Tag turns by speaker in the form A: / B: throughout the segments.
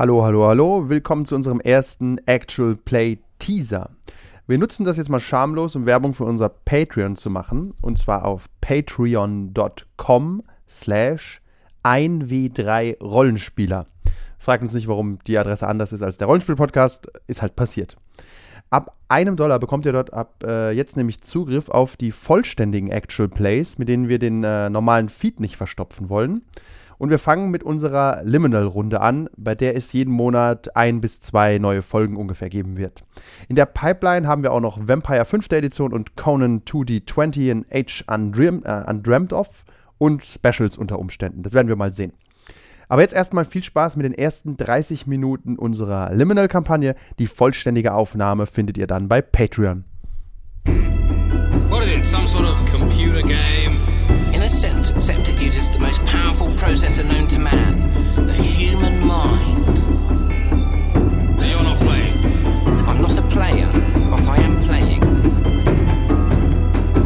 A: Hallo, hallo, hallo. Willkommen zu unserem ersten Actual Play Teaser. Wir nutzen das jetzt mal schamlos, um Werbung für unser Patreon zu machen. Und zwar auf patreon.com slash 1w3 Rollenspieler. Fragt uns nicht, warum die Adresse anders ist als der Rollenspiel-Podcast. Ist halt passiert. Ab einem Dollar bekommt ihr dort ab äh, jetzt nämlich Zugriff auf die vollständigen Actual Plays, mit denen wir den äh, normalen Feed nicht verstopfen wollen. Und wir fangen mit unserer Liminal-Runde an, bei der es jeden Monat ein bis zwei neue Folgen ungefähr geben wird. In der Pipeline haben wir auch noch Vampire 5. Edition und Conan 2D20 in Age Undream, äh, Undreamt of und Specials unter Umständen. Das werden wir mal sehen. Aber jetzt erstmal viel Spaß mit den ersten 30 Minuten unserer Liminal-Kampagne. Die vollständige Aufnahme findet ihr dann bei Patreon.
B: What is it, some sort of computer game?
C: In a sense, except it uses the most powerful processor known to man, the human mind.
B: Now you're not playing.
C: I'm not a player, but I am playing.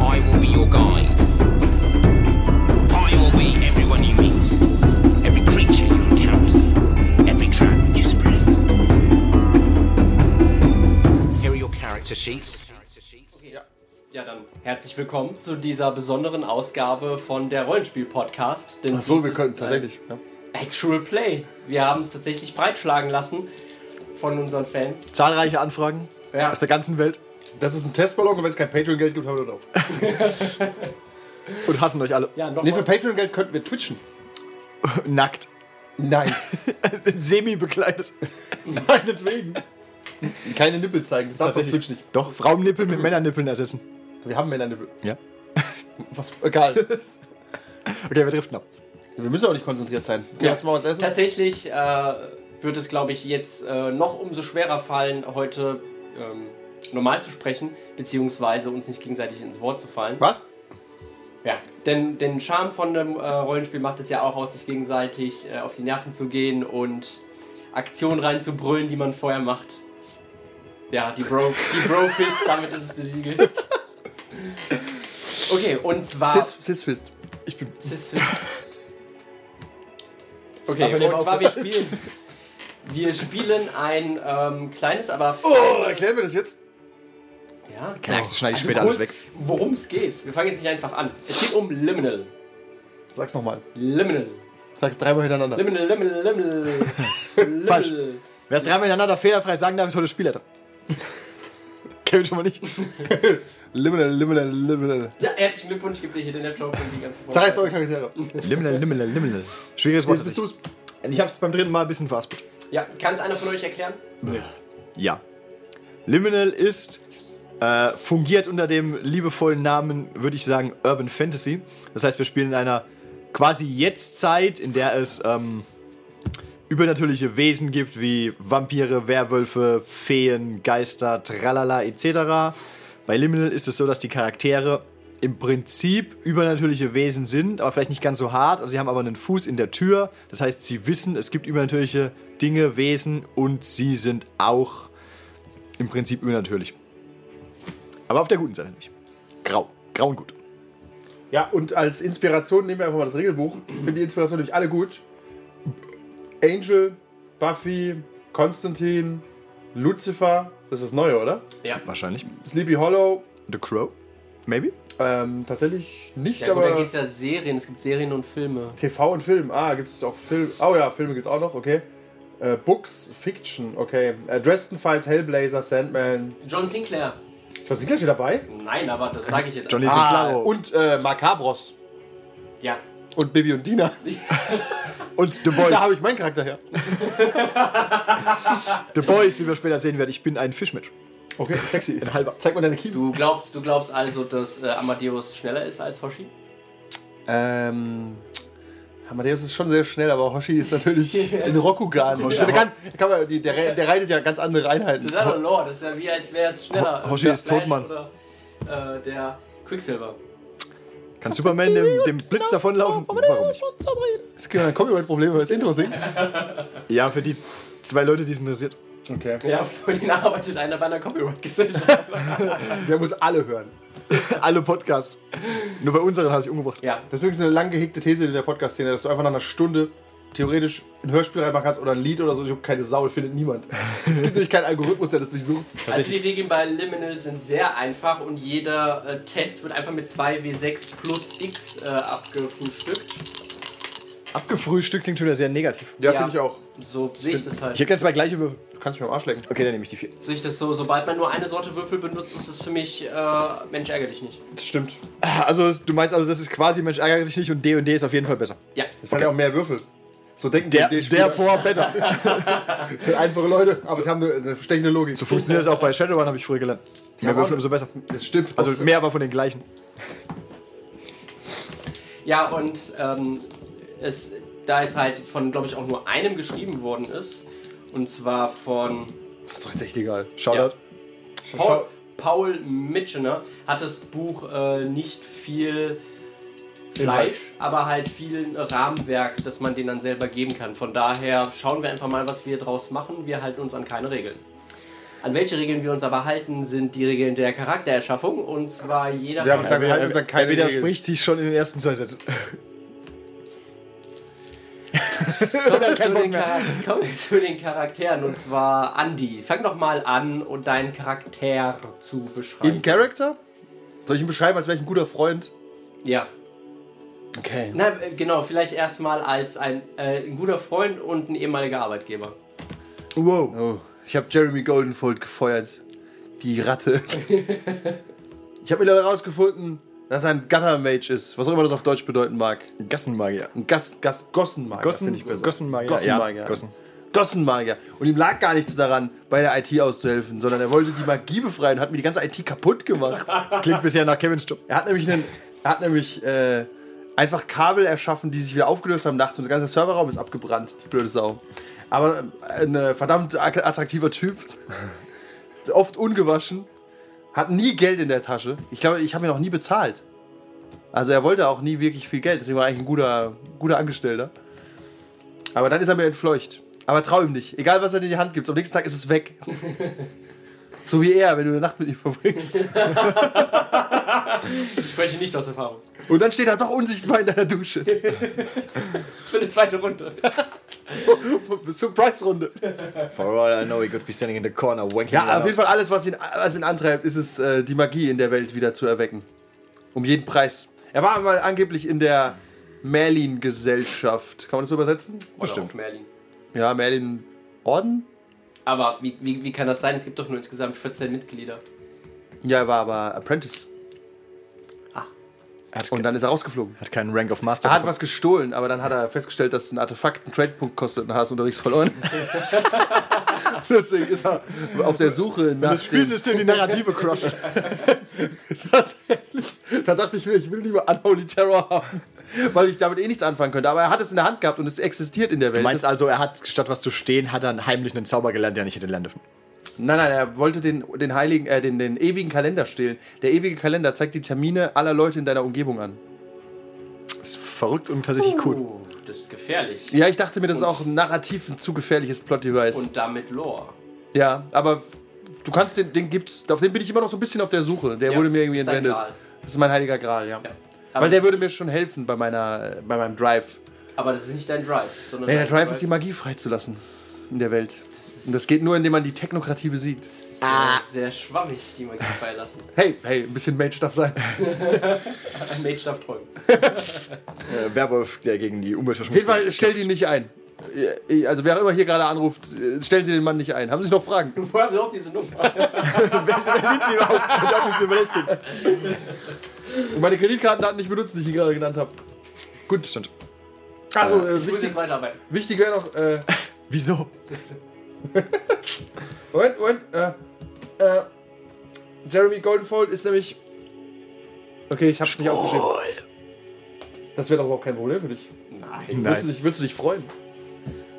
C: I will be your guide. I will be everyone you meet, every creature you encounter, every trap you spread. Here are your character sheets.
D: Ja. ja, dann herzlich willkommen zu dieser besonderen Ausgabe von der Rollenspiel-Podcast. denn
E: Ach so,
D: dies
E: wir
D: ist
E: können
D: ein
E: tatsächlich. Ja.
D: Actual Play. Wir haben es tatsächlich breitschlagen lassen von unseren Fans.
F: zahlreiche Anfragen
D: Ja.
F: aus der ganzen Welt
E: Das ist ein Testballon und wenn es kein Patreon-Geld gibt, hören wir drauf.
F: und hassen euch alle
D: Ja,
E: Nee, für
D: nochmal.
E: Patreon-Geld könnten wir twitchen.
F: nackt,
E: Nein,
F: semi bekleidet.
E: meinetwegen. Keine Nippel zeigen, das darfst du auf Twitch nicht.
F: Doch Frauennippel mit Männernippeln ersetzen.
E: Wir haben Männernippel.
F: Ja.
E: Was, egal.
F: Okay, wir driften ab.
E: wir müssen auch nicht konzentriert sein. Okay,
D: Ja.
E: was machen wir als erstes?
D: Tatsächlich äh, wird es, glaube ich, jetzt äh, noch umso schwerer fallen, heute ähm, normal zu sprechen, beziehungsweise uns nicht gegenseitig ins Wort zu fallen.
E: Was?
D: Ja, denn den Charme von einem äh, Rollenspiel macht es ja auch aus, sich gegenseitig äh, auf die Nerven zu gehen und Aktionen reinzubrüllen, die man vorher macht. Ja, die Bro, die Bro Fist, damit ist es besiegelt. Okay, und zwar.
E: Sis, Sisfist. Ich bin.
D: Sis Fist. Okay,
E: nehmen
D: und
E: auf.
D: zwar wir spielen. Wir spielen ein ähm, kleines, aber.
E: Oh, erklären wir das jetzt?
D: Ja,
F: Merkst du, schneide ich später
D: kurz,
F: alles weg.
D: worum es geht. Wir fangen jetzt nicht einfach an. Es geht um Liminal.
E: Sag's nochmal.
D: Liminal.
E: Sag's dreimal hintereinander.
D: Liminal, liminal, liminal. liminal.
F: Falsch. Wer es dreimal hintereinander fehlerfrei sagen darf, ist heute Spielleiter. Kevin schon mal nicht.
E: Liminal, liminal, liminal.
D: Ja, herzlichen Glückwunsch, gibt dir hier den Laptop und die ganze Woche.
E: Zerreißt eure Charaktere.
F: Liminal, liminal, liminal. Schwieriges Wort.
E: Jetzt
F: das
E: bist du's.
F: nicht. Ich hab's beim dritten Mal ein bisschen verhaspelt.
D: Ja, kann es einer von euch erklären?
F: Ja. Liminal ist, äh, fungiert unter dem liebevollen Namen, würde ich sagen, Urban Fantasy. Das heißt, wir spielen in einer quasi Jetztzeit, in der es ähm, übernatürliche Wesen gibt, wie Vampire, Werwölfe, Feen, Geister, Tralala etc. Bei Liminal ist es so, dass die Charaktere im Prinzip übernatürliche Wesen sind, aber vielleicht nicht ganz so hart. Also sie haben aber einen Fuß in der Tür. Das heißt, sie wissen, es gibt übernatürliche Dinge, Wesen und sie sind auch im Prinzip übernatürlich. Aber auf der guten Seite nicht. Grau. Grau und gut.
E: Ja, und als Inspiration nehmen wir einfach mal das Regelbuch. Ich finde die Inspiration nämlich alle gut. Angel, Buffy, Konstantin, Lucifer, das ist das Neue, oder?
D: Ja.
F: Wahrscheinlich.
E: Sleepy Hollow,
F: The Crow? Maybe?
E: ähm, tatsächlich nicht,
D: Ja, gut,
E: aber
D: da geht es ja Serien, es gibt Serien und Filme.
E: TV und Film. Ah, gibt es auch Film. Oh ja, Filme gibt es auch noch, okay. Äh, Books, Fiction, okay. Äh, Dresden Files, Hellblazer, Sandman.
D: John Sinclair.
E: John Sinclair steht dabei.
D: Nein, aber das sage ich jetzt.
E: Ah.
F: Johnny
D: einfach.
F: Sinclair.
E: und äh, Macabros.
D: Ja.
E: Und Bibi und Dina.
F: Und The
E: Da habe
F: Boys.
E: ich meinen Charakter her.
F: The Boys, wie wir später sehen werden. Ich bin ein Fischmensch.
E: Okay, sexy. Ein halber. Zeig mal deine Kiebe.
D: Du glaubst, du glaubst also, dass äh, Amadeus schneller ist als Hoshi?
E: Ähm. Amadeus ist schon sehr schnell, aber Hoshi ist natürlich in Rokugan. Das ist ja der, kann, da kann man, die, der, re- der reitet ja ganz andere Einheiten.
D: Das ist ja doch Lore, das ist ja wie, als wäre es schneller.
F: Ho- Hoshi
D: Der
F: ist
D: Flash
F: tot, Mann.
D: Oder, äh, der Quicksilver.
F: Kann Superman dem, dem Blitz davonlaufen? Warum nicht?
E: Das gibt ein Copyright-Problem, wenn wir das Intro singen.
F: Ja, für die zwei Leute, die es interessiert.
E: Okay.
D: Ja, von denen arbeitet einer bei einer Copyright-Gesellschaft.
E: Der muss alle hören.
F: Alle Podcasts. Nur bei unseren hast du umgebracht.
D: ja.
E: Das ist wirklich eine lang gehegte These in der Podcast-Szene, dass du einfach nach einer Stunde theoretisch ein Hörspiel reinmachen kannst oder ein Lied oder so. Ich habe keine Sau, findet niemand. Es gibt nämlich keinen Algorithmus, der das durchsucht.
D: Also die Regeln bei Liminal sind sehr einfach und jeder äh, Test wird einfach mit 2W6 plus X äh, abgefrühstückt.
F: Abgefrühstückt klingt schon wieder sehr negativ.
E: Ja,
D: Ja.
E: finde ich auch.
D: So sehe ich das
F: Ich
D: halt.
F: hätte ganz mal gleich über.
E: Du kannst mich am Arsch lecken.
F: Okay, dann nehme ich die vier.
D: Sehe ich das so. Sobald man nur eine Sorte Würfel benutzt, ist das für mich, äh, Mensch, ärgere dich nicht.
E: Das stimmt.
F: Also, du meinst also, das ist quasi Mensch ärgere dich nicht und D und D ist auf jeden Fall besser.
D: Ja.
E: Es hat ja auch mehr Würfel. So denken
F: Der,
E: die
F: der
E: vor.
F: vor Better.
E: Das sind einfache Leute, aber sie haben eine, eine stechende Logik.
F: So funktioniert das auch bei Shadowrun, habe ich früher gelernt. Je mehr
E: Ja,
F: Würfel, umso besser.
E: Das stimmt.
F: Also mehr aber von den gleichen.
D: Ja, und ähm, es, da es halt von, glaube ich, auch nur einem geschrieben worden ist, und zwar von
F: Das ist doch jetzt echt egal. Shoutout.
E: Schau-
D: Paul, Paul Mitchener, hat das Buch äh, nicht viel Fleisch, aber halt viel Rahmenwerk, das man denen dann selber geben kann. Von daher schauen wir einfach mal, was wir draus machen. Wir halten uns an keine Regeln. An welche Regeln wir uns aber halten, sind die Regeln der Charaktererschaffung. Und zwar jeder
E: Wir haben
D: von-
E: gesagt, wir halten uns an
F: Er, er
E: keine Regeln.
F: widerspricht sich schon in den ersten zwei Sätzen.
D: Kommen wir,
F: Kein
D: zu
F: Bock
D: den
F: mehr.
D: Charak- kommen wir zu den Charakteren und zwar Andy. Fang doch mal an und deinen Charakter zu beschreiben.
E: In Character? Soll ich ihn beschreiben, als wäre ich ein guter Freund?
D: ja.
E: Okay.
D: Na, äh, genau, vielleicht erstmal als ein, äh, ein guter Freund und ein ehemaliger Arbeitgeber.
E: Wow. Oh, ich habe Jeremy Goldenfold gefeuert. Die Ratte. ich habe mittlerweile herausgefunden, dass er ein Gutter-Mage ist, was auch immer das auf Deutsch bedeuten mag.
F: Gassenmagier.
E: Ein Gast, Gast, Gossenmagier.
F: Gossen,
E: finde ich besser.
F: Gossenmagier.
E: Gossenmagier.
F: Ja, Gossen.
E: Gossenmagier. Und ihm lag gar nichts daran, bei der IT auszuhelfen, sondern er wollte die Magie befreien und hat mir die ganze IT kaputt gemacht.
F: Klingt bisher nach Kevin's Job.
E: Er hat nämlich, einen, er hat nämlich äh, einfach Kabel erschaffen, die sich wieder aufgelöst haben nachts und der ganze Serverraum ist abgebrannt, die blöde Sau. Aber äh, ein äh, verdammt ak- attraktiver Typ, oft ungewaschen, hat nie Geld in der Tasche. Ich glaube, ich habe ihn noch nie bezahlt. Also er wollte auch nie wirklich viel Geld, deswegen war er eigentlich ein guter, guter Angestellter. Aber dann ist er mir entfleucht. Aber trau ihm nicht, egal was er dir in die Hand gibt, am nächsten Tag ist es weg. so wie er, wenn du eine Nacht mit ihm verbringst.
D: Ich spreche nicht aus Erfahrung.
E: Und dann steht er doch unsichtbar in deiner Dusche.
D: Für eine zweite Runde.
E: Surprise-Runde.
F: For all I know, he could be standing in the corner wanking.
E: Ja, auf jeden Fall alles, was ihn, was ihn antreibt, ist es, äh, die Magie in der Welt wieder zu erwecken. Um jeden Preis. Er war mal angeblich in der Merlin-Gesellschaft. Kann man das so übersetzen?
D: Bestimmt. Auf Merlin.
E: Ja, Merlin-Orden?
D: Aber wie, wie, wie kann das sein? Es gibt doch nur insgesamt 14 Mitglieder.
E: Ja, er war aber Apprentice.
F: Hat,
E: Und dann ist er rausgeflogen.
F: hat keinen Rank of Master.
E: Er hat was gestohlen, aber dann hat er festgestellt, dass ein Artefakt einen Trade-Punkt kostet und hat es unterwegs verloren. Deswegen ist er auf der Suche nach
F: das
E: dem-
F: Spielsystem, die Narrative crushed.
E: Tatsächlich. Da dachte ich mir, ich will lieber Unholy Terror haben, weil ich damit eh nichts anfangen könnte. Aber er hat es in der Hand gehabt und es existiert in der Welt.
F: Du meinst
E: Das-
F: also, er hat statt was zu stehen, hat er heimlich einen Zauber gelernt, den er nicht hätte lernen dürfen.
E: nein, nein, er wollte den, den heiligen, äh, den, den ewigen Kalender stehlen. Der ewige Kalender zeigt die Termine aller Leute in deiner Umgebung an.
F: Ist verrückt und tatsächlich cool.
D: Oh, das ist gefährlich.
E: Ja, ich dachte mir, das ist auch narrativ ein zu gefährliches Plot-Device.
D: Und damit Lore.
E: Ja, aber f- du kannst den, den gibt's, auf den bin ich immer noch so ein bisschen auf der Suche. Der
D: Ja,
E: wurde mir irgendwie
D: ist dein
E: entwendet.
D: Gral.
E: Das ist mein heiliger Gral, ja.
D: Ja.
E: Weil der
D: das-
E: würde mir schon helfen bei meiner, bei meinem Drive.
D: Aber das ist nicht dein Drive, sondern.
E: Nee, der
D: dein
E: Drive ist die Magie freizulassen in der Welt. Und das geht nur, indem man die Technokratie besiegt.
D: ist sehr,
E: Ah.
D: sehr schwammig, die Magie freilassen.
E: Hey, hey, ein bisschen Mage darf sein. Auf
D: Ein Mage darf träumen.
F: Äh, Werwolf, der gegen die Umweltverschmutzung.
E: jeden Fall stellt ihn nicht ein. Äh, Also wer auch immer hier gerade anruft, äh, stellen Sie den Mann nicht ein. Haben Sie noch Fragen?
D: Woher haben sie auch diese Nummer?
F: Wer, wer sind sie überhaupt? Ich darf mich so belästigen.
E: Und meine Kreditkartendaten nicht benutzen, die ich Ihnen gerade genannt habe.
F: Gut, stimmt.
E: Also, äh,
D: Ich muss jetzt
E: wichtig,
D: weiterarbeiten.
E: wichtig wäre noch... Äh,
F: Wieso?
E: Moment, Moment. Äh, äh, Jeremy Goldenfold ist nämlich... Okay, ich hab's nicht aufgeschrieben. Das wäre doch überhaupt kein Problem für dich. Würdest du,
F: Nein.
E: dich, würdest du dich freuen?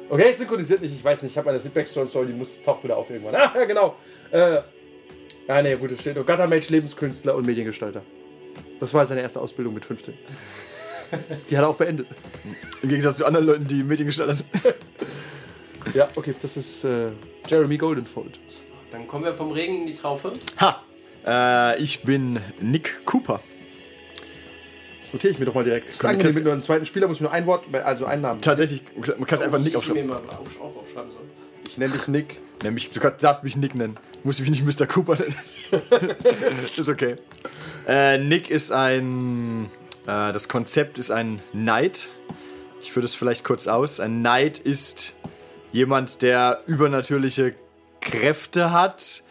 E: Okay, es synchronisiert nicht, ich weiß nicht, ich habe meine Feedback-Story, die muss, taucht wieder auf irgendwann. Ah, ja, genau. Äh, ja, nee, gut, es steht nur Gattermensch, Lebenskünstler und Mediengestalter. Das war seine erste Ausbildung mit 15. Die hat er auch beendet.
F: Im Gegensatz zu anderen Leuten, die Mediengestalter sind.
E: Ja, okay, das ist äh, Jeremy Goldenfold.
D: Dann kommen wir vom Regen in die Traufe.
F: Ha! Äh, ich bin Nick Cooper.
E: So notiere ich mir doch mal direkt. Das ist
F: Komm,
E: angenehm,
F: Chris-
E: mit nur einem zweiten Spieler muss ich nur ein Wort, also einen Namen.
F: Tatsächlich, man kann es einfach Nick
D: Ich mir
F: aufschreiben.
D: mal auf, auf, aufschreiben soll.
E: Ich nenne dich Nick.
F: Nämlich, du kannst- darfst mich Nick nennen. Muss ich mich nicht Mr. Cooper nennen. ist okay. Äh, Nick ist ein. Äh, das Konzept ist ein Knight. Ich führe das vielleicht kurz aus. Ein Knight ist jemand, der übernatürliche Kräfte hat.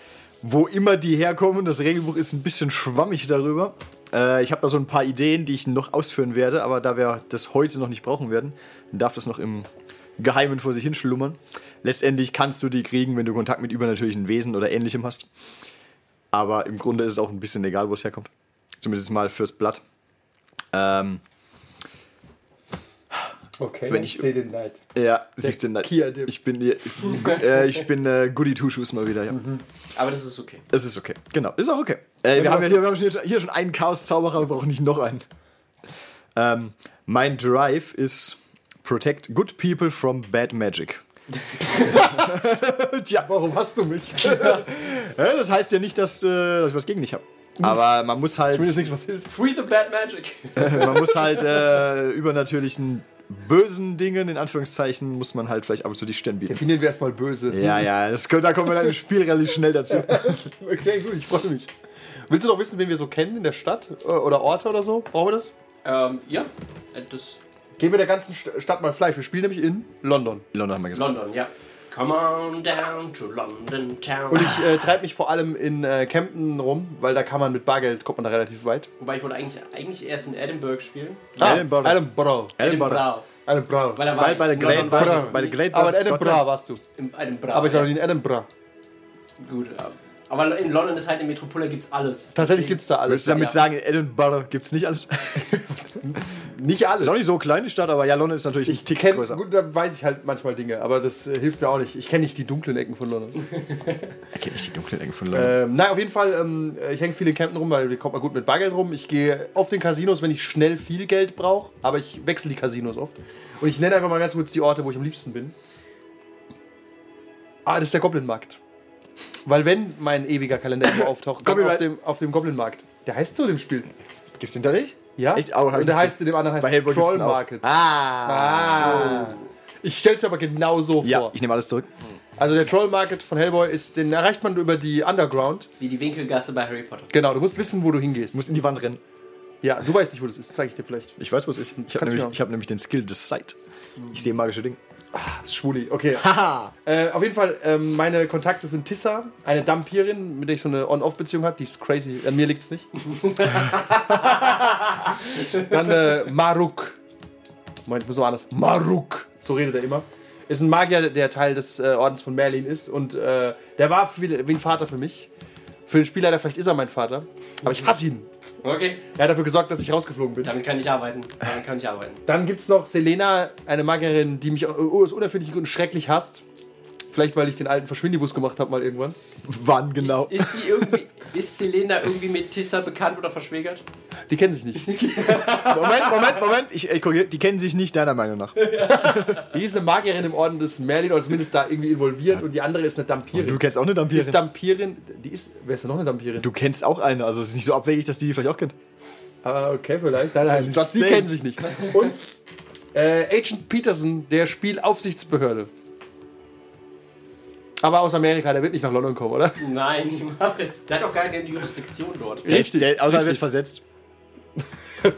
F: Wo immer die herkommen, das Regelbuch ist ein bisschen schwammig darüber. Äh, ich habe da so ein paar Ideen, die ich noch ausführen werde, aber da wir das heute noch nicht brauchen werden, darf das noch im Geheimen vor sich hin schlummern. Letztendlich kannst du die kriegen, wenn du Kontakt mit übernatürlichen Wesen oder ähnlichem hast. Aber im Grunde ist es auch ein bisschen egal, wo es herkommt. Zumindest mal fürs Blatt. Ähm,
E: Okay,
F: Wenn ich-
E: sehe den Neid.
F: ja, siehst du, nein,
E: Kia Dip.
F: ich bin, hier- ich, äh, ich bin äh, Goody Two Shoes mal wieder. Ja.
D: Aber das ist okay.
F: Es ist okay. Genau, ist auch okay. Äh, wir haben ja hier, wir haben hier, hier schon einen Chaos-Zauberer, wir brauchen nicht noch einen. Ähm, mein Drive ist Protect Good People from Bad Magic. Tja,
E: Warum hast du mich?
F: äh, das heißt ja nicht, dass, äh, dass ich was gegen dich habe. Aber man muss halt,
E: Zumindest nichts, was hilft.
D: Free the Bad Magic.
F: man muss halt äh, übernatürlichen bösen Dingen, in Anführungszeichen, muss man halt vielleicht ab und zu die Stirn bieten.
E: Definieren wir erstmal böse.
F: Ja, ja, das, da kommen wir dann im Spiel relativ schnell dazu.
E: Okay, gut, ich freue mich. Willst du noch wissen, wen wir so kennen in der Stadt äh, oder Orte oder so? Brauchen wir das?
D: ähm, ja, Äh, das
E: Geben wir der ganzen St Stadt mal Fleisch. Wir spielen nämlich in London.
F: London haben wir gesagt.
D: London, ja. Come on down to London Town.
E: Und ich äh, treibe mich vor allem in äh, Camden rum, weil da kann man mit Bargeld, kommt man da relativ weit. Ah,
D: Wobei ich wollte eigentlich, eigentlich erst in Edinburgh spielen.
F: Edinburgh.
E: Edinburgh.
F: Edinburgh.
E: Edinburgh.
D: Weil er war
F: Bei, bei, der
D: in London war
F: Great, bei,
D: ich
F: der-
D: noch
F: bei der
D: nie.
F: Great
E: Aber in
F: Barrier Scotland.
E: Edinburgh warst du.
D: in Edinburgh.
E: Aber ich war noch
D: ja.
E: nie in Edinburgh.
D: Gut, ja. Aber in London ist halt eine Metropole, gibt's alles.
E: Tatsächlich gibt es da alles.
F: Willst du damit
D: Ja.
F: sagen, in Edinburgh gibt es nicht alles? Ist
E: Nicht alles.
F: auch nicht so eine kleine Stadt, aber ja, London ist natürlich ein Tick
E: kenn,
F: größer.
E: gut, da weiß ich halt manchmal Dinge, aber das äh, hilft mir auch nicht. Ich kenne nicht die dunklen Ecken von London.
F: Ich kenne nicht die dunklen Ecken von London.
E: ähm, nein, auf jeden Fall, ähm, ich hänge viel in Camden rum, weil wir kommt man gut mit Bargeld rum. Ich gehe oft in Casinos, wenn ich schnell viel Geld brauche, aber ich wechsle die Casinos oft. Und ich nenne einfach mal ganz kurz die Orte, wo ich am liebsten bin. Ah, das ist der Goblin-Markt. Weil wenn mein ewiger Kalender irgendwo auftaucht, dann
F: Goblin-
E: auf dem, auf dem Goblin-Markt. Der heißt so dem Spiel.
F: Gibt's den da nicht?
E: Ja?
F: Echt? Oh, hab ich
E: Und der
F: nicht
E: heißt in dem anderen
F: Bei
E: heißt
F: Hellboy gibt's
E: Troll
F: den auch.
E: Market.
F: Ah.
E: Ah. Ich stell's mir aber genau so
F: Ja,
E: vor.
F: ich nehme alles zurück.
E: Also der Troll Market von Hellboy ist, den erreicht man über die Underground.
D: Wie die Winkelgasse bei Harry Potter.
E: Genau, du musst wissen, wo du hingehst.
F: Ich muss in die Wand rennen.
E: ja, du weißt nicht, wo das ist, zeige ich dir vielleicht.
F: Ich weiß, was ist. Ich
E: Kannst
F: habe nämlich,
E: mir auch.
F: ich hab nämlich den Skill des Sight. Ich sehe magische Dinge.
E: Das ist Schwuli, okay.
F: Haha.
E: äh, auf jeden Fall, ähm, meine Kontakte sind Tissa, eine Dampirin, mit der ich so eine On-Off-Beziehung habe, die ist crazy. An mir liegt's nicht. Dann äh, Maruk. Moment, ich muss noch anders. Maruk. So redet er immer. Ist ein Magier, der Teil des äh, Ordens von Merlin ist und äh, der war wie, wie ein Vater für mich. Für den Spieler, der vielleicht ist er mein Vater. Aber ich hasse ihn.
D: Okay,
E: Er hat dafür gesorgt, dass ich rausgeflogen bin.
D: damit kann ich arbeiten. Damit kann ich arbeiten.
E: Dann gibt es noch Selena, eine Magierin, die mich aus unerfindlichen Gründen schrecklich hasst. Vielleicht, weil ich den alten Verschwindibus gemacht habe mal irgendwann.
F: Wann genau?
D: Ist, ist sie irgendwie, ist Selena irgendwie mit Tissa bekannt oder verschwägert?
E: Die kennen sich nicht.
F: Moment, Moment, Moment. Ich, ich korrigiere. Die kennen sich nicht, deiner Meinung nach.
E: Die ist eine Magierin im Orden des Merlin oder zumindest da irgendwie involviert und die andere ist eine Dampirin.
F: Du kennst auch eine
E: die ist
F: Dampirin.
E: Dampirin. Die ist. Wer ist denn noch eine Dampirin?
F: Du kennst auch eine. Also es ist nicht so abwegig, dass die die vielleicht auch kennt.
E: Ah, okay, vielleicht. Nein, nein,
F: just
E: die
F: saying.
E: kennen sich nicht. Und äh, Agent Peterson, der Spielaufsichtsbehörde. Aber aus Amerika, der wird nicht nach London kommen, oder?
D: Nein, niemals. Der hat doch gar keine Jurisdiktion dort.
E: Richtig,
F: Der, der, also er wird
E: richtig.
F: versetzt.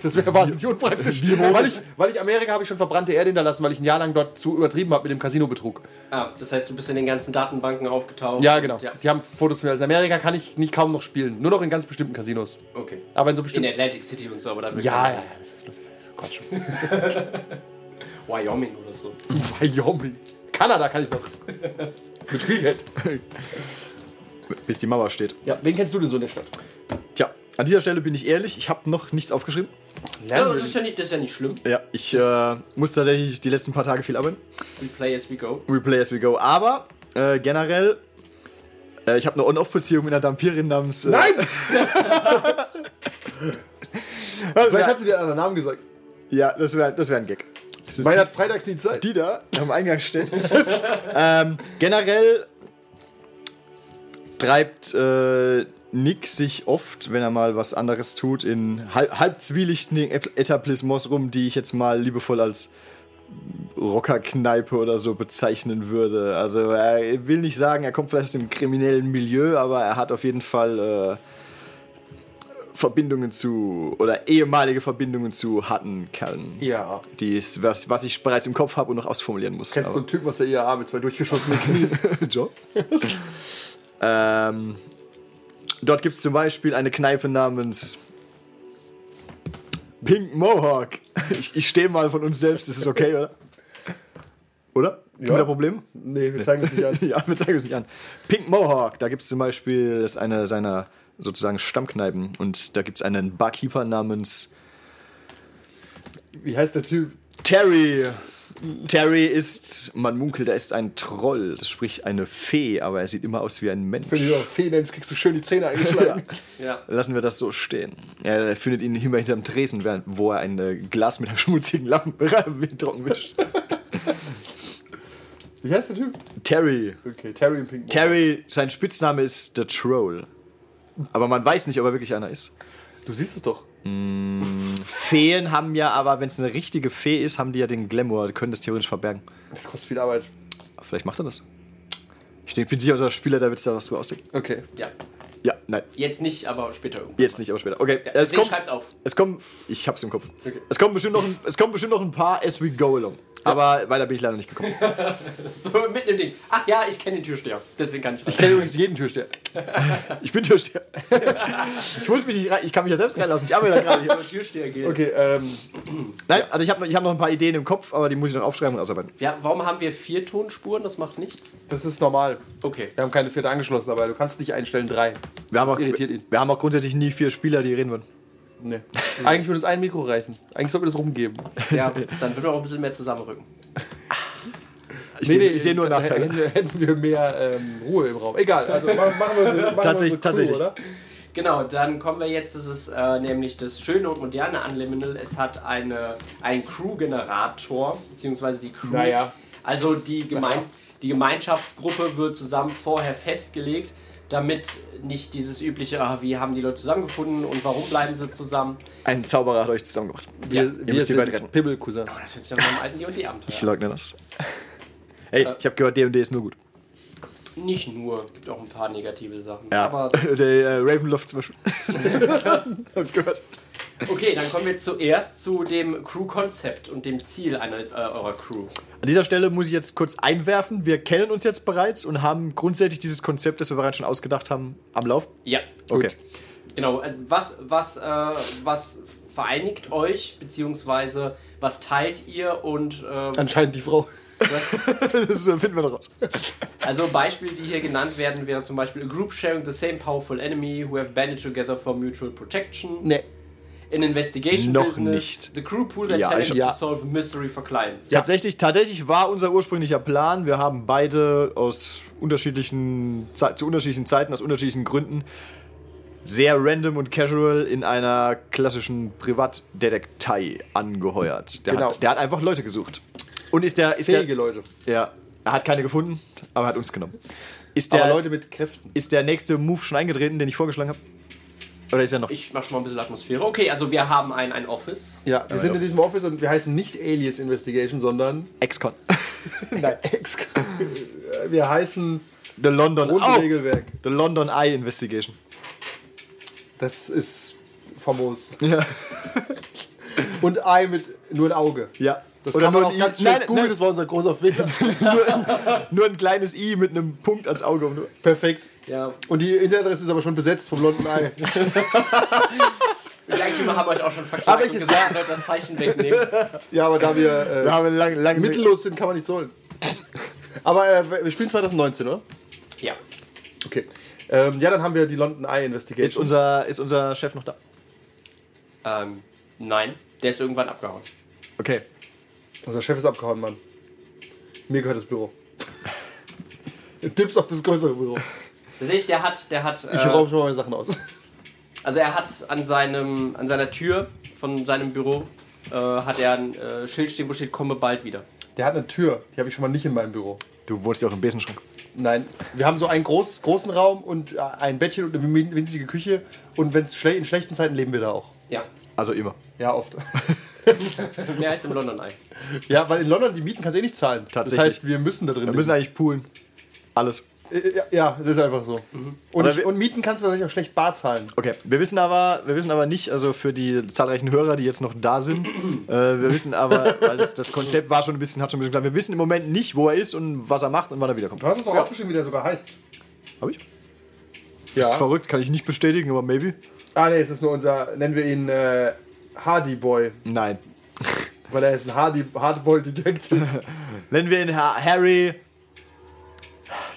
E: Das wäre wahnsinnig unpraktisch. Weil ich, weil ich Amerika habe ich schon verbrannte Erde hinterlassen, weil ich ein Jahr lang dort zu übertrieben habe mit dem Casinobetrug.
D: Ah, das heißt, du bist in den ganzen Datenbanken aufgetaucht.
E: Ja, genau.
D: Ja,
E: Die haben Fotos von mir. Also in Amerika kann ich nicht kaum noch spielen. Nur noch in ganz bestimmten Casinos.
D: okay.
E: Aber in so
D: In
E: bestimmten.
D: Atlantic City und so, aber da wird
E: ja,
D: keiner-
E: ja, ja, das ist lustig. Gott schon.
D: Wyoming oder so.
E: Wyoming. Kanada kann ich noch. Mit Spielgeld.
F: Bis die Mauer steht.
E: Ja, wen kennst du denn so in der Stadt?
F: Tja, an dieser Stelle bin ich ehrlich. Ich habe noch nichts aufgeschrieben.
D: Ja, das, ist ja nicht, das ist ja nicht schlimm.
F: Ja, ich äh, muss tatsächlich die letzten paar Tage viel arbeiten.
D: We play as we go.
F: We play as we go. Aber äh, generell, äh, ich habe eine On-Off-Beziehung mit einer Dampirin namens. Äh,
E: Nein! Vielleicht
F: wär-
E: hat sie dir einen anderen Namen gesagt.
F: Ja, das wäre das wär ein Gag. Das ist
E: Meine
F: die,
E: hat freitags nie Zeit.
F: die da am Eingang steht. ähm, generell treibt äh, Nick sich oft, wenn er mal was anderes tut, in halb, halb zwielichtigen Ep- Etablissements rum, die ich jetzt mal liebevoll als Rockerkneipe oder so bezeichnen würde. Also er will nicht sagen, er kommt vielleicht aus dem kriminellen Milieu, aber er hat auf jeden Fall äh, Verbindungen zu oder ehemalige Verbindungen zu harten Kerlen.
E: Ja.
F: Die ist, was, was ich bereits im Kopf habe und noch ausformulieren muss.
E: Kennst du so
F: aber-
E: einen Typen aus der IAA mit zwei durchgeschossenen Knien?
F: Job. ähm, dort gibt es zum Beispiel eine Kneipe namens Pink Mohawk. Ich, ich stehe mal von uns selbst, ist es okay, oder? Oder? Gibt
E: Ja.
F: da Probleme?
E: Nee, wir zeigen es nicht an.
F: ja, wir zeigen es nicht an. Pink Mohawk, da gibt es zum Beispiel, das ist eine seiner sozusagen Stammkneipen und da gibt es einen Barkeeper namens
E: Wie heißt der Typ?
F: Terry. Terry ist, man munkelt, er ist ein Troll, das sprich eine Fee, aber er sieht immer aus wie ein Mensch.
E: Wenn du auf Fee nennst, kriegst du schön die Zähne eingeschlagen.
D: Ja.
F: Lassen wir das so stehen. Er findet ihn immer hinterm Tresen, während- wo er ein äh, Glas mit einem schmutzigen Lappen trocken wischt.
E: Wie heißt der Typ?
F: Terry.
E: Okay, Terry und Pink.
F: Terry, sein Spitzname ist The Troll. Aber man weiß nicht, ob er wirklich einer ist.
E: du siehst es doch.
F: Feen haben ja aber, wenn es eine richtige Fee ist, haben die ja den Glamour, können das theoretisch verbergen.
E: Das kostet viel Arbeit.
F: Aber vielleicht macht er das. Ich denke, ich bin sicher, unser Spieler, da wird es da was drüber aussehen.
E: Okay.
D: ja.
F: Ja, nein.
D: Jetzt nicht, aber später irgendwann.
F: Jetzt nicht, aber später. Okay,
D: Ja,
F: es
D: deswegen
F: kommt.
D: schreib's auf.
F: Es kommen. Ich hab's im Kopf. Es, kommen bestimmt noch ein, es kommen bestimmt noch ein paar as we go along. Aber weiter bin ich leider nicht gekommen.
D: So, mitten im Ding. Ach ja, ich kenne den Türsteher. Deswegen kann ich
F: Ich kenne übrigens jeden Türsteher. Ich bin Türsteher. Ich muss mich nicht rein, ich kann mich ja selbst reinlassen. Ich arbeite da gerade hier.
D: Soll Türsteher gehen.
E: Okay, ähm,
F: Nein, also ich habe noch, ich hab noch ein paar Ideen im Kopf, aber die muss ich noch aufschreiben und ausarbeiten.
D: Ja, warum haben wir vier Tonspuren? Das macht nichts.
E: das ist normal.
D: Okay.
E: Wir haben keine vierte angeschlossen, aber du kannst nicht einstellen drei.
F: Wir haben,
E: Das
F: auch,
E: irritiert ihn.
F: wir haben auch grundsätzlich nie vier Spieler, die reden würden.
E: Nee. Eigentlich würde uns ein Mikro reichen. Eigentlich sollten wir das rumgeben.
D: Ja, dann würden wir auch ein bisschen mehr zusammenrücken.
F: Ich sehe seh nur
E: da
F: Nachteile.
E: Hätten, hätten wir mehr ähm, Ruhe im Raum. Egal, also ma- machen wir so. Machen
F: Tatsächlich-
E: wir so
F: tatsächlich.
E: Oder?
D: Genau, dann kommen wir jetzt, das ist äh, nämlich das Schöne und Moderne an Liminal. Es hat eine, einen Crew-Generator, beziehungsweise die Crew.
E: Naja.
D: Also die, Gemein die Gemeinschaftsgruppe wird zusammen vorher festgelegt, damit nicht dieses übliche, ah, wie haben die Leute zusammengefunden und warum bleiben sie zusammen.
F: Ein Zauberer hat euch zusammengebracht.
E: Wir,
F: ihr
E: wir
F: müsst die beiden retten.
E: sind Pibble-Cousins.
D: Das hört sich dann am alten D&D Abenteuer
F: Ich
D: an.
F: leugne das. Ey,
E: Äh,
F: ich habe gehört, D&D ist nur gut.
D: Nicht nur, gibt auch ein paar negative Sachen.
F: Ja.
D: Aber
F: Der äh, Ravenloft zum Beispiel. hab ich gehört.
D: okay, dann kommen wir zuerst zu dem Crew-Konzept und dem Ziel einer, äh, eurer Crew.
F: An dieser Stelle muss ich jetzt kurz einwerfen. Wir kennen uns jetzt bereits und haben grundsätzlich dieses Konzept, das wir bereits schon ausgedacht haben, am Lauf.
D: Ja,
F: Okay.
D: Genau, äh, was, was, äh, was vereinigt euch, beziehungsweise was teilt ihr und äh,
E: Anscheinend die Frau.
D: was,
F: Das äh, finden wir noch raus.
D: also Beispiele, die hier genannt werden, wäre zum Beispiel a group sharing the same powerful enemy who have banded together for mutual protection.
E: Nee.
D: In investigation
F: Noch
D: business,
F: nicht.
D: the crew pool that
F: Ja,
D: challenges
F: ich- ja.
D: to solve a mystery for clients.
F: Tatsächlich, tatsächlich war unser ursprünglicher Plan. Wir haben beide aus unterschiedlichen Ze- zu unterschiedlichen Zeiten, aus unterschiedlichen Gründen sehr random und casual in einer klassischen Privatdetektei angeheuert. Der,
E: Genau.
F: hat, der hat einfach Leute gesucht. Und ist der. Ist der
E: Fähige Leute.
F: ja, er hat keine gefunden, aber er hat uns genommen. Ist
E: Aber
F: der,
E: Leute mit Kräften.
F: ist der nächste Move schon eingetreten, den ich vorgeschlagen habe? Oder ist er noch?
D: Ich mache schon mal ein bisschen Atmosphäre. Okay, also wir haben ein, ein Office.
E: Ja, wir sind in diesem Office und wir heißen nicht Alias Investigation, sondern
F: Ex-Con. Nein, Ex-Con.
E: wir heißen
F: The London
E: Rotes
F: Au!
E: Regelwerk.
F: The London Eye Investigation.
E: Das ist famos.
F: Ja.
E: Und Ei mit nur ein Auge.
F: Ja.
E: Das
F: Oder
E: kann man
F: nur
E: auch
F: ein
E: ganz
F: I.
E: schnell
F: Nein,
E: googeln,
F: nein.
E: das war unser großer Fehler.
F: Nur ein kleines I mit einem Punkt als Auge. Und
E: Perfekt.
D: Ja.
E: Und die Internetadresse ist aber schon besetzt vom London Ei.
D: Die Eigentümer haben euch auch schon verklagt
E: Aber ich
D: und
E: es-
D: gesagt, ihr sollt das Zeichen wegnehmen.
E: Ja, aber da wir
F: haben lange,
E: äh,
F: lange
E: mittellos sind, kann man nichts holen. Aber äh, wir spielen 2019, oder?
D: Ja.
E: Okay. Ähm, ja, dann haben wir die London Eye Investigation.
F: Ist unser, ist unser Chef noch da?
D: Ähm, nein, der ist irgendwann abgehauen.
F: Okay.
E: Unser Chef ist abgehauen, Mann. Mir gehört das Büro. Tipps auf das größere Büro.
D: Da sehe ich, der hat, der hat,
E: Ich
D: äh,
E: raube schon mal meine Sachen aus.
D: also er hat an seinem, an seiner Tür von seinem Büro äh, hat er ein äh, Schild stehen, wo steht, komme bald wieder.
E: Der hat eine Tür, die habe ich schon mal nicht in meinem Büro.
F: Du wohnst ja auch im Besenschrank.
E: Nein, wir haben so einen groß, großen Raum und äh, ein Bettchen und eine min- winzige Küche. Und wenn's schle in schlechten Zeiten leben wir da auch.
D: Ja,
F: Also immer.
E: Ja, oft.
D: mehr als im London Eye.
E: Ja, weil in London die Mieten kannst du eh nicht zahlen.
F: Tatsächlich.
E: Das heißt, wir müssen da drin
F: Wir müssen eigentlich poolen. Alles.
E: leben. Äh, Ja, ja, das ist einfach so. Und,
F: Mhm. Aber
E: ich,
F: wir-
E: und Mieten kannst du natürlich auch schlecht bar zahlen.
F: Okay, wir wissen aber, wir wissen aber nicht, also für die zahlreichen Hörer, die jetzt noch da sind, äh, wir wissen aber, weil das, das Konzept war schon ein bisschen, hat schon ein bisschen klar, wir wissen im Moment nicht, wo er ist und was er macht und wann er wiederkommt.
E: Du hast es auch aufgeschrieben, wie der sogar heißt.
F: Hab ich? Das ist
E: Ja.
F: verrückt, kann ich nicht bestätigen, aber maybe.
E: Ah, nee, es ist nur unser, nennen wir ihn äh, Hardy Boy.
F: Nein.
E: Weil er ist ein Hardy, Hardball Detective.
F: Nennen wir ihn Ha- Harry.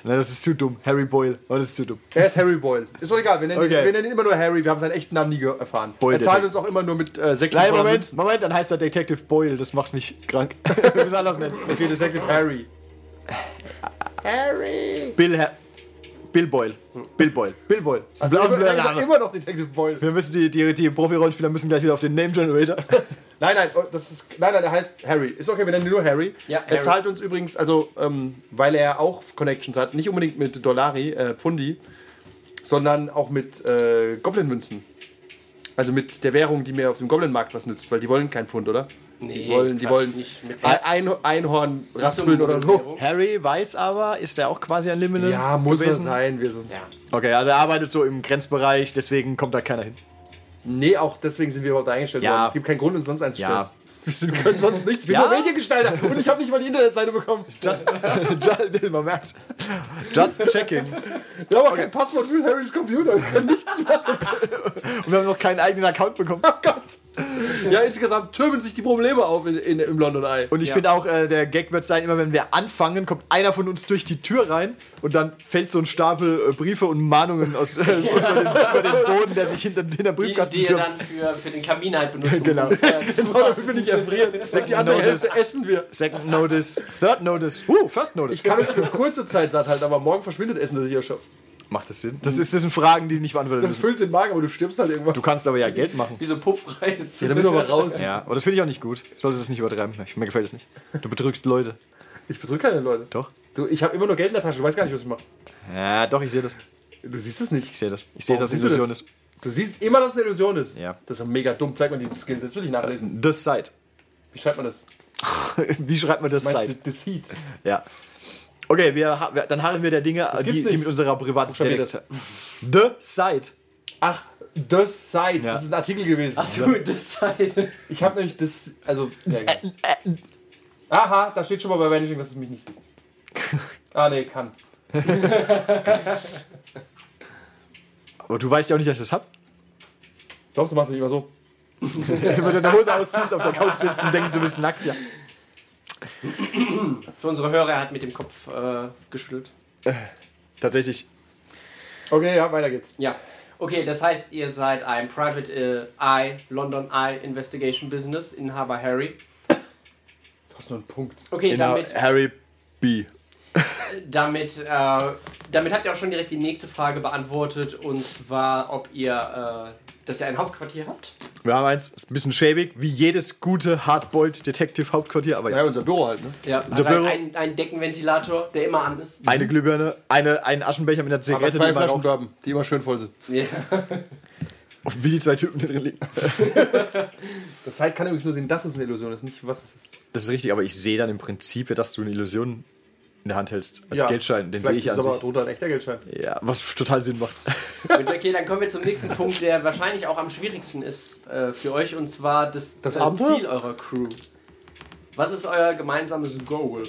F: Nein, das ist zu dumm. Harry Boyle. Oh, das ist zu dumm.
E: er ist Harry Boyle. Ist doch egal, wir nennen,
F: Okay.
E: ihn, wir nennen ihn immer nur Harry. Wir haben seinen echten Namen nie ge- erfahren.
F: Boyle
E: er zahlt
F: Detective.
E: uns auch immer nur mit äh, Säckchen
F: Nein,
E: voller
F: Moment,
E: Münzen.
F: Moment, dann heißt er Detective Boyle. Das macht mich krank. wir müssen anders nennen.
E: Okay, Detective Harry.
F: Bill, Her Bill Boyle. Bill Boyle. Bill Boyle. Das ist ein blauer
E: Also immer, er ist auch
F: Name.
E: immer noch Detective Boyle.
F: Wir müssen die, die, die Profi-Rollenspieler müssen gleich wieder auf den Name Generator.
E: Nein, nein, oh, das ist, nein, nein, er heißt Harry. Ist okay, wir nennen ihn nur Harry.
D: Ja,
E: er
D: Harry.
E: zahlt uns übrigens, also, ähm, weil er auch Connections hat, nicht unbedingt mit Dollari, äh, Pfundi, sondern auch mit äh, Goblin-Münzen. Also mit der Währung, die mir auf dem Goblin-Markt was nützt, weil die wollen kein Pfund, oder?
D: Nee,
E: Die wollen, die
D: Quatsch,
E: wollen
D: nicht mit
E: Ein- ein, Einhorn raspeln oder so.
F: Harry weiß aber, ist er auch quasi ein Liminal?
E: Ja, muss
F: gewesen?
E: er sein, wir sind.
F: Okay, also er arbeitet so im Grenzbereich, deswegen kommt da keiner hin.
E: Nee, auch deswegen sind wir überhaupt eingestellt
F: Ja.
E: worden. Es gibt keinen Grund, uns sonst einzustellen.
F: Ja.
E: Wir sind, können sonst nichts. Ich bin
F: Ja.
E: nur Mediengestalter und ich habe nicht mal die Internetseite bekommen.
F: Just, just, man merkt's. Just checking.
E: Wir haben auch kein Passwort für Harrys Computer. Wir können nichts machen.
F: Und wir haben noch keinen eigenen Account bekommen.
E: Oh Gott. Ja, insgesamt türmen sich die Probleme auf in, in, im London Eye.
F: Und ich finde auch, äh, der Gag wird sein, immer wenn wir anfangen, kommt einer von uns durch die Tür rein und dann fällt so ein Stapel äh, Briefe und Mahnungen aus, äh, über, den, über den Boden, der sich hinter,
D: Die,
F: hinter
D: die
F: Briefkasten
D: ihr
F: türmt.
D: dann für, für den Kamin halt benutzt. um
F: Genau.
D: ungefähr zu-
E: Damit wir nicht erfrieren. Und die andere
F: Notice.
E: Hälfte essen wir.
F: Second Notice, Third Notice, uh, First Notice.
E: Ich kann uns für kurze Zeit satt halten, aber morgen verschwindet Essen, das ich erschöpft.
F: Macht das Sinn? Das, ist, das sind Fragen, die nicht beantwortet
E: Das
F: sind.
E: füllt den Magen, aber du stirbst halt irgendwann.
F: Du kannst aber ja Geld machen.
D: Wie so Puffreis.
E: da müssen wir mal raus.
F: Ja, aber das finde ich auch nicht gut. Solltest du das nicht übertreiben. Ich, mir gefällt das nicht. Du betrügst Leute.
E: Ich betrüge keine Leute.
F: Doch?
E: Du, ich habe immer nur Geld in der Tasche, du weißt gar nicht, was ich mache.
F: Ja, doch, ich sehe das.
E: Du siehst es nicht.
F: Ich sehe das. Ich sehe,
E: Warum
F: dass es
E: siehst du
F: Illusion
E: das?
F: ist.
E: Du siehst immer, dass es eine Illusion ist.
F: Ja. Ähm,
E: Das ist mega dumm. Zeig mal diesen Skill, das will ich nachlesen.
F: The Sight.
E: Wie schreibt man das?
F: Wie schreibt man das Sight?
E: Meinst du Deceit?
F: Ja. Okay, wir, ha- wir, dann harren wir der Dinge, äh,
E: gibt's
F: die, die
E: nicht.
F: mit unserer privaten
E: Buchstabier
F: Detektiv. The Sight.
E: Ach, The Sight.
F: Ja.
E: Das ist ein Artikel gewesen.
D: Achso, das halt.
E: Ich habe nämlich das. Also. Ja, egal. Aha, da steht schon mal bei Vanishing, dass es mich nicht siehst. Ah, nee, kann.
F: Aber du weißt ja auch nicht, dass ich das hab.
E: Doch, du machst es nicht immer so.
F: Wenn du deine Hose ausziehst, auf der Couch sitzt und denkst, du bist nackt, ja.
D: Für unsere Hörer, er hat mit dem Kopf äh, geschüttelt.
F: Tatsächlich.
E: Okay, ja, weiter geht's.
D: Ja. Okay, das heißt, ihr seid ein Private äh, Eye, London Eye Investigation Business, Inhaber Harry.
E: Du hast nur einen Punkt.
D: Okay,
F: Genau,
D: damit,
F: Harry B.
D: damit, äh, damit habt ihr auch schon direkt die nächste Frage beantwortet, und zwar, ob ihr, äh, dass ihr ein Hauptquartier habt.
F: Wir haben eins, ist ein bisschen schäbig, wie jedes gute Hardboiled Detective Hauptquartier, aber ja.
E: Ja, unser Büro halt, ne?
D: Ja, also
F: Der Büro-
D: ein, ein Deckenventilator, der immer an ist.
F: Eine Glühbirne, eine, einen Aschenbecher mit einer
E: Aber
F: Zigarette,
E: zwei
F: die man
E: Flaschen
F: raucht.
E: Bourbon, die immer schön voll sind.
D: Ja.
F: Und Wie die zwei Typen da drin liegen.
E: Das Sight kann übrigens nur sehen, dass es eine Illusion ist, nicht was es ist.
F: Das ist richtig, aber ich sehe dann im Prinzip, ja, dass du eine Illusion in der Hand hältst. Als Geldschein, den sehe
E: Vielleicht
F: ich an
E: ist aber
F: sich.
E: drunter ein echter Geldschein.
F: Ja, was total Sinn macht.
D: Gut, okay, dann kommen wir zum nächsten Punkt, der wahrscheinlich auch am schwierigsten ist äh, für euch, und zwar das,
E: Das
D: äh,
E: Abenteuer?
D: Ziel eurer Crew. Was ist euer gemeinsames Goal?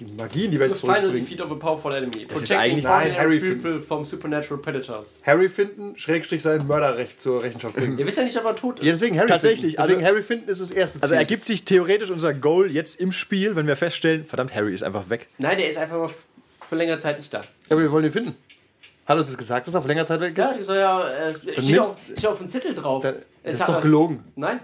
E: Die Magie in die Welt
D: The final
E: zurückbringen.
D: defeat of a powerful enemy.
F: Das ist
D: Protecting
F: eigentlich-
E: Nein,
D: ordinary
E: Harry Finn.
D: people from supernatural predators.
E: Harry finden, Schrägstrich sein Mörderrecht zur Rechenschaft bringen.
D: Ihr wisst ja nicht, ob er tot ist.
E: Ja, deswegen Harry
F: Tatsächlich,
E: finden. Deswegen
F: also-
E: Harry finden ist das erste Ziel.
F: Also ergibt sich theoretisch unser Goal jetzt im Spiel, wenn wir feststellen, verdammt, Harry ist einfach weg.
D: Nein, der ist einfach mal f- für längere Zeit nicht da.
E: Aber wir wollen ihn finden. Hat uns das gesagt, dass er vor längerer Zeit weg ist?
D: Ja, der soll ja. Äh, steht,
E: nimmst-
D: auf, steht auf dem Zettel drauf.
E: Dann-
D: Es
E: das ist
D: hat
E: doch
D: was-
E: gelogen.
D: Nein.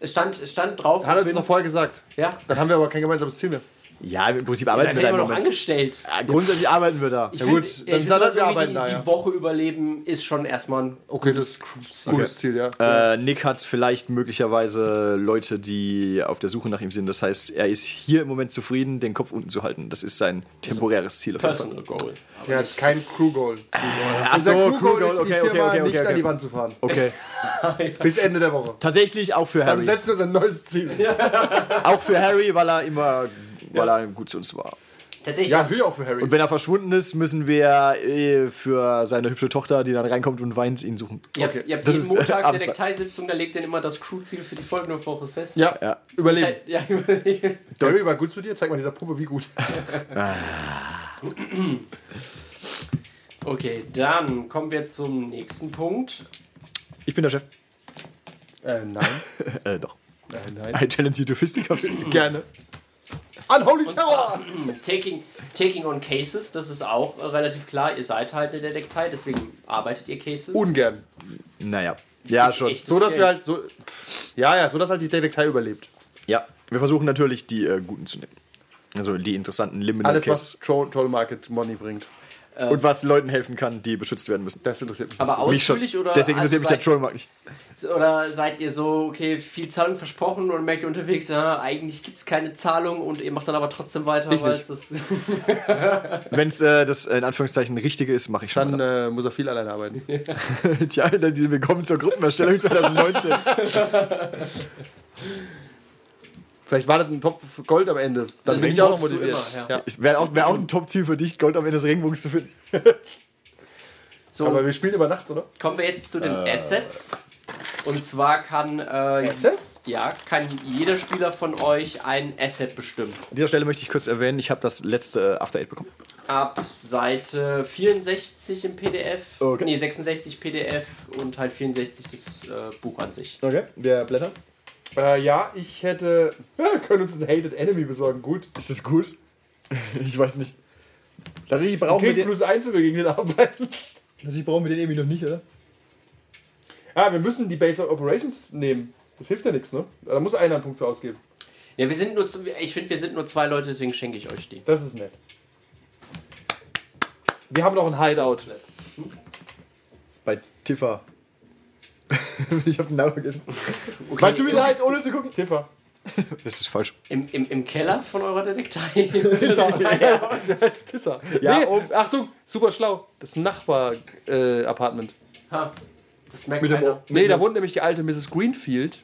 D: Es stand, es stand drauf.
E: Hat er uns
D: bin-
E: doch vorher gesagt.
D: ja.
E: Dann haben wir aber kein gemeinsames Ziel mehr.
F: Ja, im Prinzip
D: Ihr
F: arbeiten
D: seid
F: wir
D: ja
F: da im
D: immer noch
F: Moment.
D: angestellt.
F: Ja, grundsätzlich arbeiten wir da. Äh,
D: Ich
E: Ja
D: find-
E: gut,
D: ich
E: dann-
D: find
E: dann
D: sogar
E: wir arbeiten
D: die,
E: da, ja.
D: die Woche überleben ist schon erstmal ein
E: Okay, das ist ein gutes Ziel, ja.
F: Äh, Nick hat vielleicht möglicherweise Leute, die auf der Suche nach ihm sind. Das heißt, er ist hier im Moment zufrieden, den Kopf unten zu halten. Das ist sein temporäres Ziel. Auf jeden Fall.
D: Personal Goal.
E: Der hat kein Crew-Goal.
F: Ach
E: Unser
F: so,
E: Crew-Goal
F: Crew
E: ist
F: Goal.
E: die
F: Okay, okay,
E: Firma
F: okay,
E: nicht
F: okay,
E: an die
F: okay.
E: Wand zu fahren.
F: okay.
E: Bis Ende der Woche.
F: Tatsächlich auch für
E: Dann
F: Harry.
E: setzen wir uns ein neues Ziel. Ja,
F: Auch für Harry, weil er immer weil er gut zu uns war.
D: Tatsächlich,
E: natürlich auch für Harry.
F: Und wenn er verschwunden ist, müssen wir äh, für seine hübsche Tochter, die dann reinkommt und weint, ihn suchen.
D: ihr habt, ihr habt jeden
F: Das ist, äh,
D: Montag eine
F: abends-
D: Detailsitzung, da legt ihr immer das Crew-Ziel für die folgende Woche fest.
E: ja,
F: Ja.
D: Ist
E: überleben.
D: halt- ja überleben.
E: Harry war gut zu dir, zeig mal dieser Puppe, wie gut.
D: Okay, dann kommen wir zum nächsten Punkt.
F: Ich bin der Chef.
E: Äh, nein.
F: Äh, doch.
E: nein.
F: I challenge you to fisticuffs.
E: Gerne. Unholy Terror!
D: Taking, taking on Cases, das ist auch äh, relativ klar. Ihr seid halt eine Detektei, deswegen arbeitet ihr Cases.
E: Ungern.
F: Naja. Ja, schon.
D: echt-
E: So, dass
D: Geld.
E: wir halt so. Pff, Ja, ja, so, dass halt die Detektei überlebt.
F: Ja. Wir versuchen natürlich, die äh, guten zu nehmen. Also die interessanten Liminal
E: Alles,
F: Cases.
E: was Troll Troll Market Money bringt.
F: Und was Leuten helfen kann, die beschützt werden müssen.
E: Das interessiert mich.
D: Aber
E: nicht
F: Mich schon.
D: ausführlich oder,
F: Deswegen interessiert mich der
D: also
F: Trollmarkt nicht.
D: seid, oder seid ihr so, okay, viel Zahlung versprochen und merkt ihr unterwegs, ja, eigentlich gibt es keine Zahlung und ihr macht dann aber trotzdem weiter,
E: Ich
D: weil
E: nicht.
D: es das.
F: Wenn es äh, das äh, in Anführungszeichen Richtige ist, mache ich
E: so.
F: schon.
E: Dann äh, muss er viel alleine arbeiten.
F: Tja, die willkommen zur Gruppenerstellung 2019.
E: Vielleicht wartet ein Topf Gold am Ende. Dann bin
D: ist
E: ich auch noch
D: hoffst du
E: motiviert.
D: immer,
E: ja.
D: ja.
F: Wäre auch, wär auch ein Top-Ziel für dich, Gold am Ende des Regenbogens zu finden.
D: So,
E: Aber wir Äh. spielen immer nachts, oder?
D: kommen wir jetzt zu den Assets. Und zwar kann, äh,
E: Assets?
D: ja, kann jeder Spieler von euch ein Asset bestimmen.
F: An dieser Stelle möchte ich kurz erwähnen, ich habe das letzte äh, After Eight bekommen.
D: Ab Seite 64 im PDF,
F: Okay.
D: nee, 66 PDF und halt 64 das äh, Buch an sich.
F: Okay, wir blättern.
E: Äh, ja, ich hätte. Ja, können uns einen Hated Enemy besorgen. Gut.
F: Ist das gut? ich weiß nicht. Dass ich brauche
E: Okay,
F: mit, den-
E: plus eins, wenn wir gegen den arbeiten.
F: dass ich brauche mit den irgendwie noch nicht, oder?
E: Ah, wir müssen die Base of Operations nehmen. Das hilft ja nichts, ne? Da muss einer einen Punkt für ausgeben.
D: Ja, wir sind nur, z- ich finde, wir sind nur zwei Leute, deswegen schenke ich euch die.
E: Das ist nett. Wir haben noch ein Hideout.
F: Bei Tiffa. ich habe den Namen vergessen.
D: Okay,
F: Weißt du, wie
D: im-
F: sie heißt, ohne zu gucken?
E: Tiffer.
F: Das ist falsch.
D: Im, im, Im Keller von eurer Detektei.
E: Der heißt Tissa.
F: Ja,
E: nee,
F: oben.
E: Achtung, super schlau. Das Nachbar-Apartment.
D: Ha, das merkt
F: Mit dem
D: keiner.
E: nee, da wohnt nämlich die alte Mrs. Greenfield.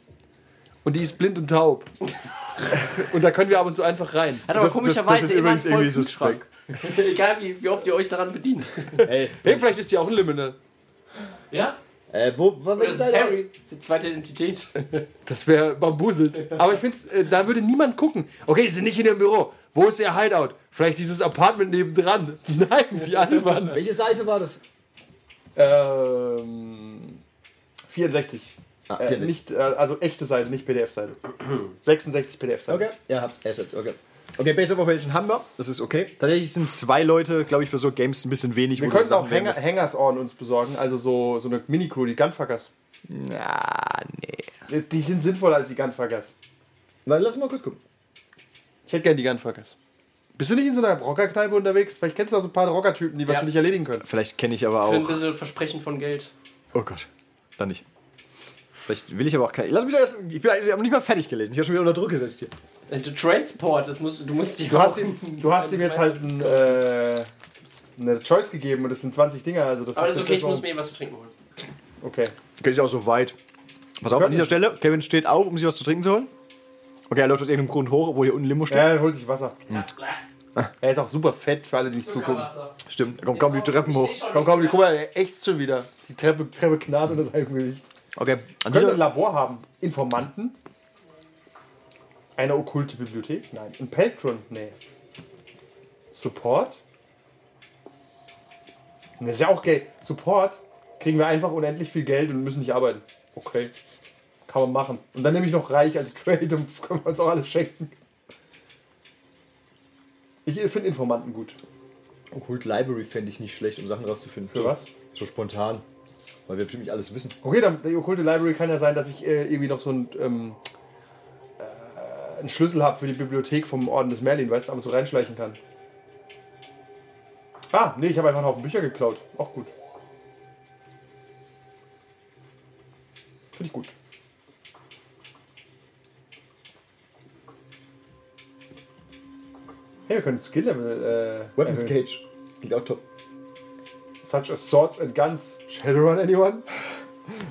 E: Und die ist blind und taub. und da können wir ab und zu einfach rein.
D: Hat aber
F: Das- das-
D: komischerweise
F: das ist
D: immer
F: übrigens
D: einen vollen
F: irgendwie suspekt.
D: Kühlschrank. Egal, wie, wie oft ihr euch daran bedient.
F: Hey,
E: Hey, vielleicht ist die auch ein Liminal.
D: Ja?
F: äh, wo, wo
D: Das ist Harry. Das ist die zweite Identität.
E: Das wäre bambuselt. Aber ich finde, äh, da würde niemand gucken. Okay, sie sind nicht in ihrem Büro. Wo ist ihr Hideout? Vielleicht dieses Apartment nebendran. Nein, die anderen.
F: Welche Seite war das?
E: Ähm, 64.
F: Ah,
E: Äh, nicht, äh, also echte Seite, nicht PDF-Seite. 66 PDF-Seite.
F: Okay, ja, hab's. Assets, okay. Okay, Base of Operation haben wir. Das ist okay. Tatsächlich sind zwei Leute, glaube ich, für so Games ein bisschen wenig.
E: Wir
F: wo du
E: könnten auch
F: Sachen wählen
E: Hanger, Hangers On uns besorgen, also so, so eine Mini-Crew, die Gunfuckers.
F: musst. Na, nee.
E: Die sind sinnvoller als die Gunfuckers.
F: Na, lass mal kurz gucken.
E: Ich hätte gerne die Gunfuckers. Bist du nicht in so einer Rockerkneipe unterwegs? Vielleicht kennst du da so ein paar Rockertypen, die was
D: Ja.
E: für dich erledigen können.
F: Vielleicht kenne ich aber
D: Für ein
F: auch.
D: bisschen Versprechen von Geld.
F: Oh Gott, dann nicht. Vielleicht will ich aber auch keine. Lass mich doch erst, ich bin ich hab noch nicht mal fertig gelesen. Ich habe schon wieder unter Druck gesetzt hier.
D: Äh, du Transport, das musst, du musst die
E: Du hast
D: auch-
E: ihm, du hast ihm jetzt halt ein, äh, eine Choice gegeben und das sind 20 Dinger. Also das
D: Aber
E: ist
D: das ist
E: jetzt
D: okay, ich
E: erstmal-
D: muss mir was zu trinken holen.
E: Okay.
F: Okay, ist ja auch so weit. Pass auf, an dieser Stelle. Kevin steht auf, um sich was zu trinken zu holen. Okay, er läuft aus irgendeinem Grund hoch, obwohl hier unten Limo steht.
E: Ja, er holt sich Wasser.
F: Hm.
E: Er ist auch super fett für alle, die nicht zugucken.
F: Stimmt, komm, komm die Treppen hoch.
E: Komm, komm, die- guck mal, er ächzt schon wieder. Die Treppe, Treppe knarrt unter seinem Gewicht.
F: Okay, an
E: Können wir ein
F: dieser,
E: Labor haben? Informanten? Eine okkulte Bibliothek? Nein. Ein Patron? Nee. Support? Das ist ja auch Geld. Support kriegen wir einfach unendlich viel Geld und müssen nicht arbeiten. Okay. Kann man machen. Und dann nehme ich noch reich als Trade und können wir uns auch alles schenken. Ich finde Informanten gut.
F: Occult Library fände ich nicht schlecht, um Sachen rauszufinden.
E: Für was?
F: So spontan. Weil wir bestimmt nicht alles wissen.
E: Okay, dann, die okkulte Library kann ja sein, dass ich äh, irgendwie noch so ein, ähm, äh, einen Schlüssel habe für die Bibliothek vom Orden des Merlin, weißt du, ab und zu reinschleichen kann. Ah, nee, ich habe einfach einen Haufen Bücher geklaut. Auch gut. Finde ich gut. Hey, wir können Skill-Level äh,
F: Weapons
E: erhöhen.
F: Cage. Klingt auch top.
E: Such as Swords and Guns. Shadowrun, anyone?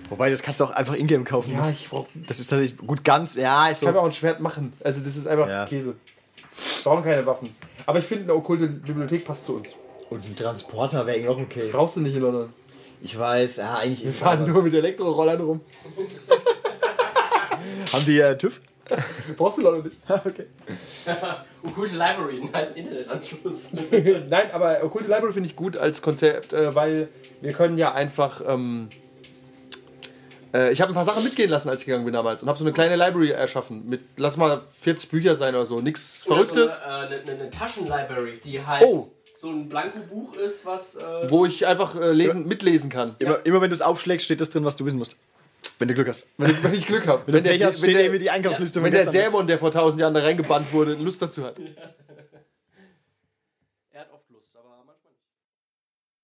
F: Wobei, das kannst du auch einfach ingame kaufen.
E: Ja, ich brauche
F: Das ist tatsächlich gut ganz. Ja, ist
E: Ich kann mir
F: so.
E: auch ein Schwert machen. Also das ist einfach
F: Ja.
E: Käse. Wir brauchen keine Waffen. Aber ich finde, eine okkulte Bibliothek passt zu uns.
F: Und ein Transporter wäre noch okay.
E: Brauchst du nicht in London.
F: Ich weiß, ja, eigentlich
E: Wir
F: ist halt es
E: fahren
F: aber-
E: nur mit Elektrorollern rum.
F: Haben die äh, TÜV?
E: Brauchst du London nicht.
F: okay.
D: Okkulte Library, nein, Internetanschluss.
E: Nein, aber okkulte Library finde ich gut als Konzept, äh, weil wir können ja einfach... Ähm, äh, ich habe ein paar Sachen mitgehen lassen, als ich gegangen bin damals. Und habe so eine kleine Library erschaffen. Mit, lass mal 40 Bücher sein oder so. Nichts Verrücktes.
D: Oder so Eine, äh, eine, eine Taschenlibrary, die halt
E: Oh.
D: so ein Blanko-Buch ist, was. Äh,
E: Wo ich einfach äh, lesen, mitlesen kann.
F: Immer, immer wenn du es aufschlägst, steht das drin, was du wissen musst. Wenn du Glück hast.
E: Wenn ich, wenn ich Glück habe.
F: Wenn, du Pech hast, steht eben die Einkaufsliste
E: Wenn der
F: von gestern.
E: Dämon, der vor tausend Jahren da reingebannt wurde, Lust dazu hat.